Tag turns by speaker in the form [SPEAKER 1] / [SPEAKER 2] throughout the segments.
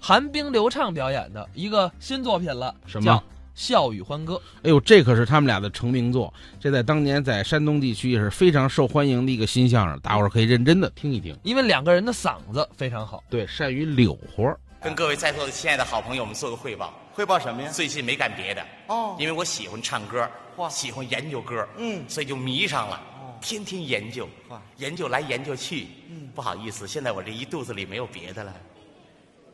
[SPEAKER 1] 韩冰、刘畅表演的一个新作品了，
[SPEAKER 2] 什么
[SPEAKER 1] 叫《笑语欢歌》。
[SPEAKER 2] 哎呦，这可是他们俩的成名作，这在当年在山东地区也是非常受欢迎的一个新相声，大伙儿可以认真的听一听。
[SPEAKER 1] 因为两个人的嗓子非常好，
[SPEAKER 2] 对，善于柳活儿，
[SPEAKER 3] 跟各位在座的亲爱的好朋友们做个汇报。
[SPEAKER 4] 汇报什么呀？
[SPEAKER 3] 最近没干别的
[SPEAKER 4] 嗯哦
[SPEAKER 3] 因为我喜欢唱歌，
[SPEAKER 4] 哇
[SPEAKER 3] 喜欢研究歌，
[SPEAKER 4] 嗯哦
[SPEAKER 3] 所以就迷上了，天天研究
[SPEAKER 4] 哇，嗯
[SPEAKER 3] 研究来研究去，不好意思，现在我这一肚子里没有别的了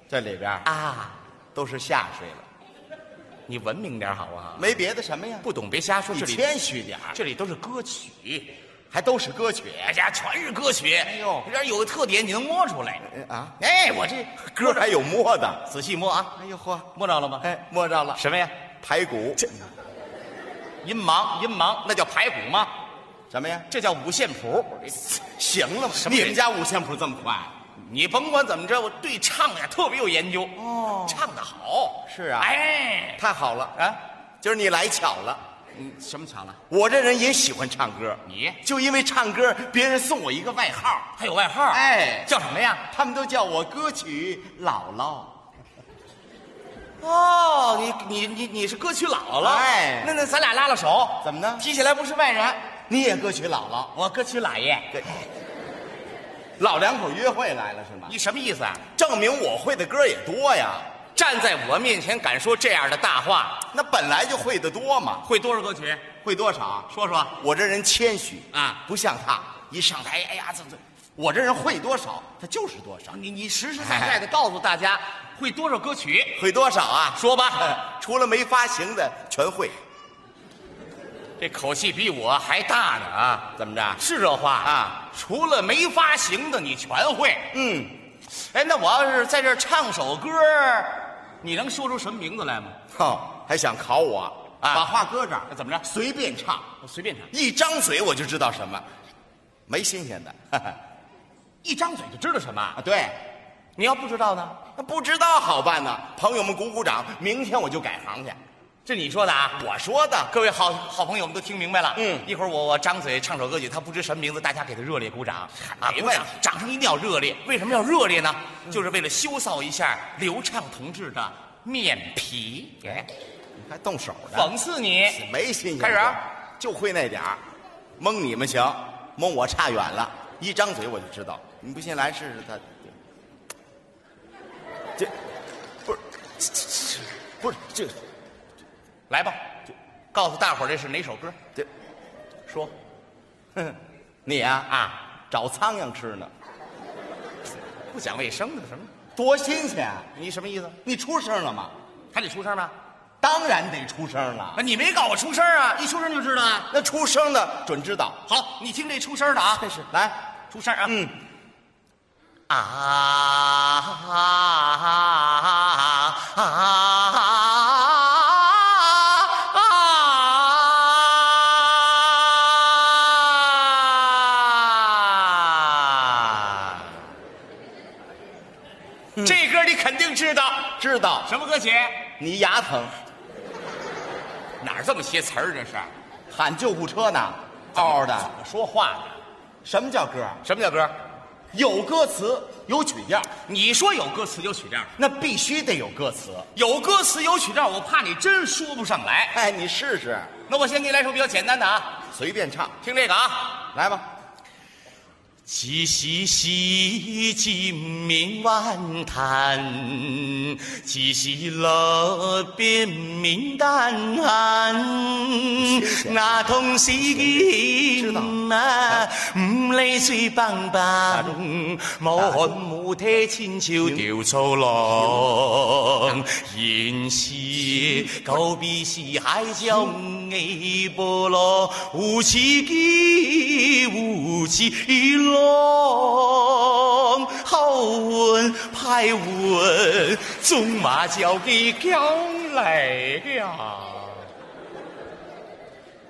[SPEAKER 4] 这里边儿
[SPEAKER 3] 啊，
[SPEAKER 4] 都是下水了，啊
[SPEAKER 3] 你文明点好不好？
[SPEAKER 4] 没别的什么呀？
[SPEAKER 3] 不懂别瞎说，
[SPEAKER 4] 你
[SPEAKER 3] 这里
[SPEAKER 4] 谦虚点儿，
[SPEAKER 3] 这里都是歌曲，
[SPEAKER 4] 还都是歌曲。
[SPEAKER 3] 大家全是歌曲，哎
[SPEAKER 4] 呦
[SPEAKER 3] 这有个特点你能摸出来
[SPEAKER 4] 哎啊
[SPEAKER 3] 哎，我这
[SPEAKER 4] 歌还有摸的，
[SPEAKER 3] 仔细摸啊，
[SPEAKER 4] 哎呦嚯，
[SPEAKER 3] 摸着了吗？
[SPEAKER 4] 哎，摸着了，
[SPEAKER 3] 什么呀？
[SPEAKER 4] 排骨，
[SPEAKER 3] 音盲，音盲，那叫排骨吗？
[SPEAKER 4] 什么呀？
[SPEAKER 3] 这叫五线 谱。
[SPEAKER 4] 行了吧？
[SPEAKER 3] 么
[SPEAKER 4] 你们家五线谱这么快？
[SPEAKER 3] 你甭管怎么着，我对唱呀特别有研究。
[SPEAKER 4] 哦
[SPEAKER 3] 唱的好。
[SPEAKER 4] 是啊
[SPEAKER 3] 哎，
[SPEAKER 4] 太好了啊！
[SPEAKER 3] 啊，
[SPEAKER 4] 今儿你来巧了，
[SPEAKER 3] 嗯，什么巧了？
[SPEAKER 4] 我这人也喜欢唱歌，
[SPEAKER 3] 你
[SPEAKER 4] 就因为唱歌，别人送我一个外号，
[SPEAKER 3] 还有外号？
[SPEAKER 4] 哎
[SPEAKER 3] 叫什么呀？
[SPEAKER 4] 他们都叫我歌曲姥姥。
[SPEAKER 3] 哦，你你你你是歌曲姥姥。
[SPEAKER 4] 哎
[SPEAKER 3] 那那咱俩拉拉手，
[SPEAKER 4] 怎么呢
[SPEAKER 3] 提起来不是外人，
[SPEAKER 4] 你也歌曲姥姥，
[SPEAKER 3] 我歌曲姥爷。
[SPEAKER 4] 老两口约会来了是吗？
[SPEAKER 3] 你什么意思啊？
[SPEAKER 4] 证明我会的歌也多呀，
[SPEAKER 3] 站在我面前敢说这样的大话，
[SPEAKER 4] 那本来就会的多嘛，
[SPEAKER 3] 会多少歌曲？
[SPEAKER 4] 会多少？
[SPEAKER 3] 说说
[SPEAKER 4] 我这人谦虚
[SPEAKER 3] 啊
[SPEAKER 4] 不像他一上台，哎呀，这这，我这人会多少，他就是多少。哎
[SPEAKER 3] 你你实实在在的告诉大家会多少歌曲？
[SPEAKER 4] 会多少啊？
[SPEAKER 3] 说吧，
[SPEAKER 4] 除了没发行的全会，
[SPEAKER 3] 这口气比我还大呢啊！
[SPEAKER 4] 怎么着？
[SPEAKER 3] 是这话
[SPEAKER 4] 啊，
[SPEAKER 3] 除了没发行的你全会。
[SPEAKER 4] 嗯，
[SPEAKER 3] 哎，那我要是在这儿唱首歌，你能说出什么名字来吗？
[SPEAKER 4] 哦，还想考我
[SPEAKER 3] 啊
[SPEAKER 4] 把话搁这儿，
[SPEAKER 3] 怎么着？
[SPEAKER 4] 随便唱，
[SPEAKER 3] 我随便唱，
[SPEAKER 4] 一张嘴我就知道什么，没新鲜的。 哈哈
[SPEAKER 3] 一张嘴就知道什么。
[SPEAKER 4] 啊，对，
[SPEAKER 3] 你要不知道呢？
[SPEAKER 4] 那不知道好办呢。朋友们鼓鼓掌，明天我就改行去。
[SPEAKER 3] 这你说的啊？
[SPEAKER 4] 我说的，
[SPEAKER 3] 各位好好朋友们都听明白了。
[SPEAKER 4] 嗯
[SPEAKER 3] 一会儿我我张嘴唱首歌曲，他不知什么名字，大家给他热烈鼓掌啊！
[SPEAKER 4] 没
[SPEAKER 3] 鼓
[SPEAKER 4] 问题
[SPEAKER 3] 掌，掌声一定要热烈。为什么要热烈呢？就是为了羞臊一下刘畅同志的面皮。哎，
[SPEAKER 4] 还动手呢，
[SPEAKER 3] 讽刺你。
[SPEAKER 4] 没新鲜的。
[SPEAKER 3] 开始啊
[SPEAKER 4] 就会那点儿，蒙你们行，蒙我差远了。一张嘴我就知道，你不信来试试他。这不是，不是这
[SPEAKER 3] 来吧，告诉大伙儿这是哪首歌？
[SPEAKER 4] 这
[SPEAKER 3] 说，
[SPEAKER 4] 你呀啊
[SPEAKER 3] 啊，
[SPEAKER 4] 找苍蝇吃呢，
[SPEAKER 3] 不讲卫生的什么？
[SPEAKER 4] 多新鲜啊！
[SPEAKER 3] 你什么意思？
[SPEAKER 4] 你出声了吗？
[SPEAKER 3] 还得出声吗？
[SPEAKER 4] 当然得出声了
[SPEAKER 3] 啊，，你没告我出声啊！一出声就知道啊。
[SPEAKER 4] 那出声的准知道。
[SPEAKER 3] 好，你听这出声的 啊，
[SPEAKER 4] 是来，
[SPEAKER 3] 出声啊。
[SPEAKER 4] 嗯。
[SPEAKER 3] 啊啊啊啊啊！这歌你肯定知道，
[SPEAKER 4] 知道
[SPEAKER 3] 什么歌曲？
[SPEAKER 4] 你牙疼，
[SPEAKER 3] 哪儿这么些词儿？这是
[SPEAKER 4] 喊救护车呢，嗷嗷的。
[SPEAKER 3] 说话呢？
[SPEAKER 4] 什么叫歌？
[SPEAKER 3] 什么叫歌？
[SPEAKER 4] 有歌词，有曲调，
[SPEAKER 3] 你说有歌词有曲调，
[SPEAKER 4] 那必须得有歌词。
[SPEAKER 3] 有歌词有曲调，我怕你真说不上来。
[SPEAKER 4] 哎，你试试，
[SPEAKER 3] 那我先给你来首比较简单的啊，
[SPEAKER 4] 随便唱，
[SPEAKER 3] 听这个啊。
[SPEAKER 4] 来吧。
[SPEAKER 3] 一时是金明晚叹，一时落变明淡那同是人啊，唔理水棒棒，无痕无体，亲像条草龙。现是狗比是海鸟的波浪，有翅鸡，有翅龙，好运歹运，总嘛叫你叫来呀。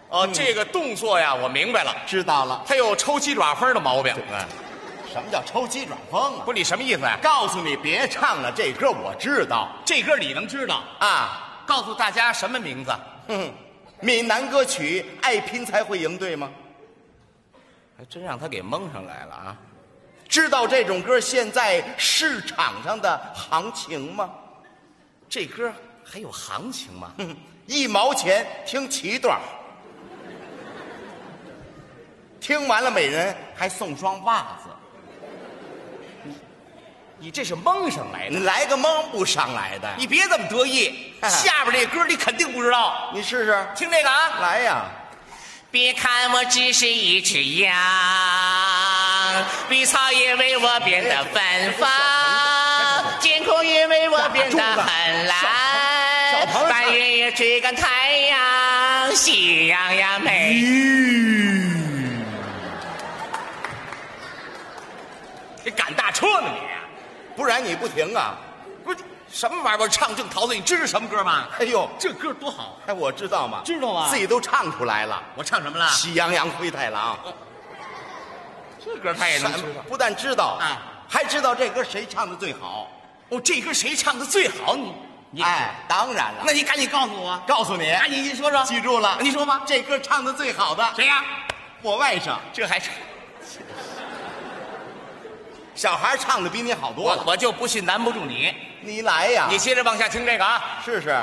[SPEAKER 3] 哦，这个动作呀，我明白了，
[SPEAKER 4] 知道了，
[SPEAKER 3] 他有抽鸡爪风的毛病。
[SPEAKER 4] 哎什么叫抽鸡转风啊？
[SPEAKER 3] 不是你什么意思啊？
[SPEAKER 4] 告诉你别唱了，这歌我知道
[SPEAKER 3] 这歌你能知道？
[SPEAKER 4] 啊。
[SPEAKER 3] 告诉大家什么名字？
[SPEAKER 4] 嗯，闽南歌曲《爱拼才会赢》对吗？
[SPEAKER 3] 还真让他给蒙上来了啊！
[SPEAKER 4] 知道这种歌现在市场上的行情吗？这歌还有行情吗？ 哼一毛钱听七段儿，听完了每人还送双袜子。
[SPEAKER 5] 你这是蒙上来的，
[SPEAKER 4] 你来个蒙不上来的，
[SPEAKER 5] 你别这么 得意。下边这歌你肯定不知道，
[SPEAKER 4] 你试试，
[SPEAKER 5] 听这个啊。
[SPEAKER 4] 来呀！
[SPEAKER 5] 别看我只是一只羊，碧草也为我变得芬芳，天空也为我变得很蓝，白云也追赶太阳，喜羊羊美。你赶大车呢你？
[SPEAKER 4] 不然你不停啊！
[SPEAKER 5] 不是什么玩意儿？我唱正陶醉，你知道什么歌吗？
[SPEAKER 4] 哎呦，
[SPEAKER 5] 这歌多好，
[SPEAKER 4] 哎，我知道嘛，
[SPEAKER 5] 知道啊
[SPEAKER 4] 自己都唱出来了，
[SPEAKER 5] 我唱什么了
[SPEAKER 4] 《喜羊羊灰太狼》
[SPEAKER 5] 这歌他也能哎知道。
[SPEAKER 4] 不但知道
[SPEAKER 5] 啊，
[SPEAKER 4] 还知道这歌谁唱的最好。
[SPEAKER 5] 哦，这歌谁唱的最好？你你
[SPEAKER 4] 哎，当然了，
[SPEAKER 5] 那你赶紧告诉我啊，
[SPEAKER 4] 告诉你，
[SPEAKER 5] 赶紧你说说，
[SPEAKER 4] 记住了，
[SPEAKER 5] 你说吧，
[SPEAKER 4] 这歌唱的最好的
[SPEAKER 5] 谁呀？
[SPEAKER 4] 我外甥，
[SPEAKER 5] 这还是
[SPEAKER 4] 小孩唱的比你好多
[SPEAKER 5] 我，
[SPEAKER 4] 了。
[SPEAKER 5] 我就不信难不住你。
[SPEAKER 4] 你来呀，
[SPEAKER 5] 你接着往下听这个啊，
[SPEAKER 4] 试试。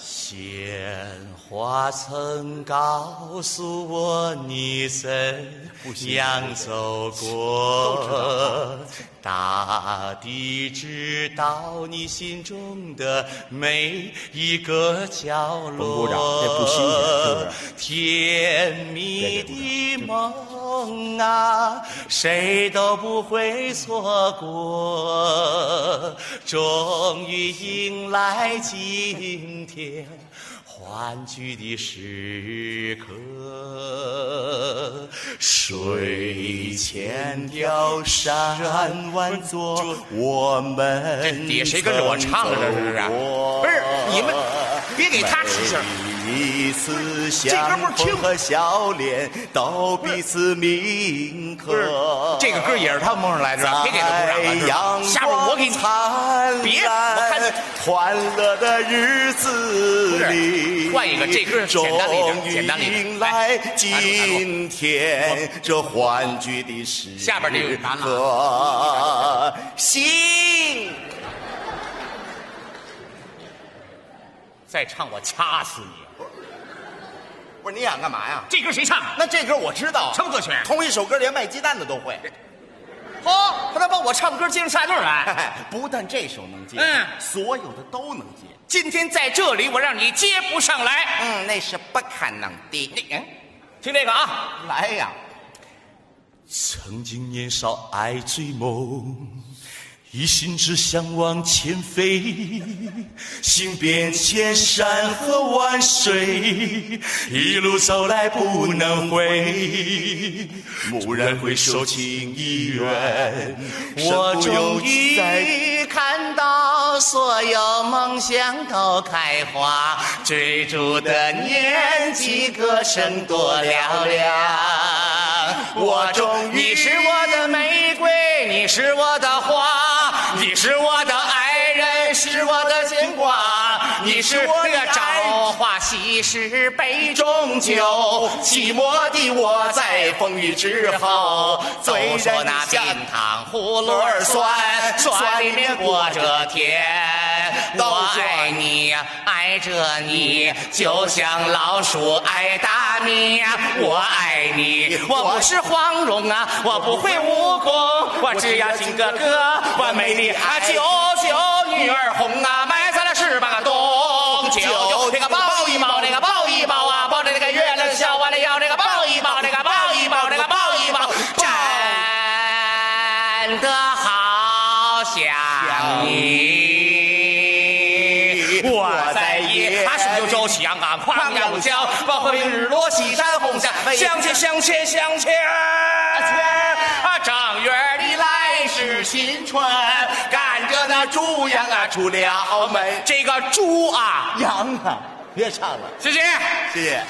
[SPEAKER 3] 鲜花曾告诉我你怎样走过，大地知道你心中的每一个角
[SPEAKER 4] 甭鼓
[SPEAKER 3] 落。
[SPEAKER 4] 掌这不新鲜是不是
[SPEAKER 3] 甜蜜的梦啊，谁都不会错过。终于迎来今天欢聚的时刻。水千条，山万座，我们
[SPEAKER 5] 这底下谁跟着我唱了这是啊
[SPEAKER 3] 曾走过
[SPEAKER 5] 不是你们别给他使劲儿。
[SPEAKER 3] 每一次相逢和笑脸，都彼此铭刻。
[SPEAKER 5] 这个歌也是他蒙上来的，别给他鼓掌啊了。
[SPEAKER 3] 阳
[SPEAKER 5] 下边我给你，
[SPEAKER 3] 灿
[SPEAKER 5] 别我看
[SPEAKER 3] 烂，欢乐的日子里，
[SPEAKER 5] 不是换一个这歌
[SPEAKER 3] 终
[SPEAKER 5] 简单了一点
[SPEAKER 3] 于
[SPEAKER 5] 简单了一点
[SPEAKER 3] 迎来
[SPEAKER 5] 来
[SPEAKER 3] 今天这欢聚的时刻。
[SPEAKER 5] 下边这个难
[SPEAKER 3] 心
[SPEAKER 5] 再唱我掐死你！
[SPEAKER 4] 不是你想干嘛呀？
[SPEAKER 5] 这歌谁唱？
[SPEAKER 4] 那这歌我知道，
[SPEAKER 5] 什么歌曲？
[SPEAKER 4] 同一首歌连卖鸡蛋的都会。
[SPEAKER 5] 哦，他把我唱歌接上下句儿来。
[SPEAKER 4] 哎，不但这首能接，
[SPEAKER 5] 嗯
[SPEAKER 4] 所有的都能接。
[SPEAKER 5] 今天在这里，我让你接不上来。
[SPEAKER 4] 嗯，那是不可能的。
[SPEAKER 5] 你嗯，听这个啊，
[SPEAKER 4] 来呀，
[SPEAKER 3] 曾经年少爱追梦，一心只想往前飞，行遍千山和万水，一路走来不能回。蓦然回首，情已远，
[SPEAKER 4] 我
[SPEAKER 3] 我
[SPEAKER 4] 终
[SPEAKER 3] 终
[SPEAKER 4] 于
[SPEAKER 3] 于
[SPEAKER 4] 看到所有梦想都开花，
[SPEAKER 3] 追逐
[SPEAKER 4] 的
[SPEAKER 3] 的
[SPEAKER 4] 年
[SPEAKER 3] 年纪，
[SPEAKER 4] 纪歌
[SPEAKER 3] 歌
[SPEAKER 4] 声
[SPEAKER 3] 声
[SPEAKER 4] 多
[SPEAKER 3] 多
[SPEAKER 4] 嘹
[SPEAKER 3] 嘹亮。
[SPEAKER 4] 亮我
[SPEAKER 3] 我
[SPEAKER 4] 终
[SPEAKER 3] 终
[SPEAKER 4] 于
[SPEAKER 3] 于，玫瑰，你是我的花，你是我的爱人，是我的牵挂，你是我
[SPEAKER 5] 那
[SPEAKER 3] 的
[SPEAKER 5] 个
[SPEAKER 3] 朝
[SPEAKER 5] 朝花夕拾杯中
[SPEAKER 3] 中酒，寂寞的我在风雨之后，
[SPEAKER 5] 走
[SPEAKER 3] 醉人
[SPEAKER 5] 说那冰
[SPEAKER 3] 下
[SPEAKER 5] 糖葫芦儿酸，酸里面裹着甜。我爱你，爱着你，就像老鼠爱大米。我爱你，我不是黄蓉啊，我不会武功，我只要听个歌，完美的啊，九九女儿红啊，埋在了翅膀啊，咚九九那个抱一抱，那个抱一抱啊，抱着那个月亮笑弯了腰，那个抱一抱，那个抱一抱，那个抱一抱，真的好想你。我在夜，他是不是就周启阳啊，跨两江，望河明日落西山红霞，相见相牵相牵。啊，正月儿里来是新春，赶着那猪羊啊出了门。这个猪啊，
[SPEAKER 4] 羊啊，别唱了，
[SPEAKER 5] 谢谢。
[SPEAKER 4] 谢谢。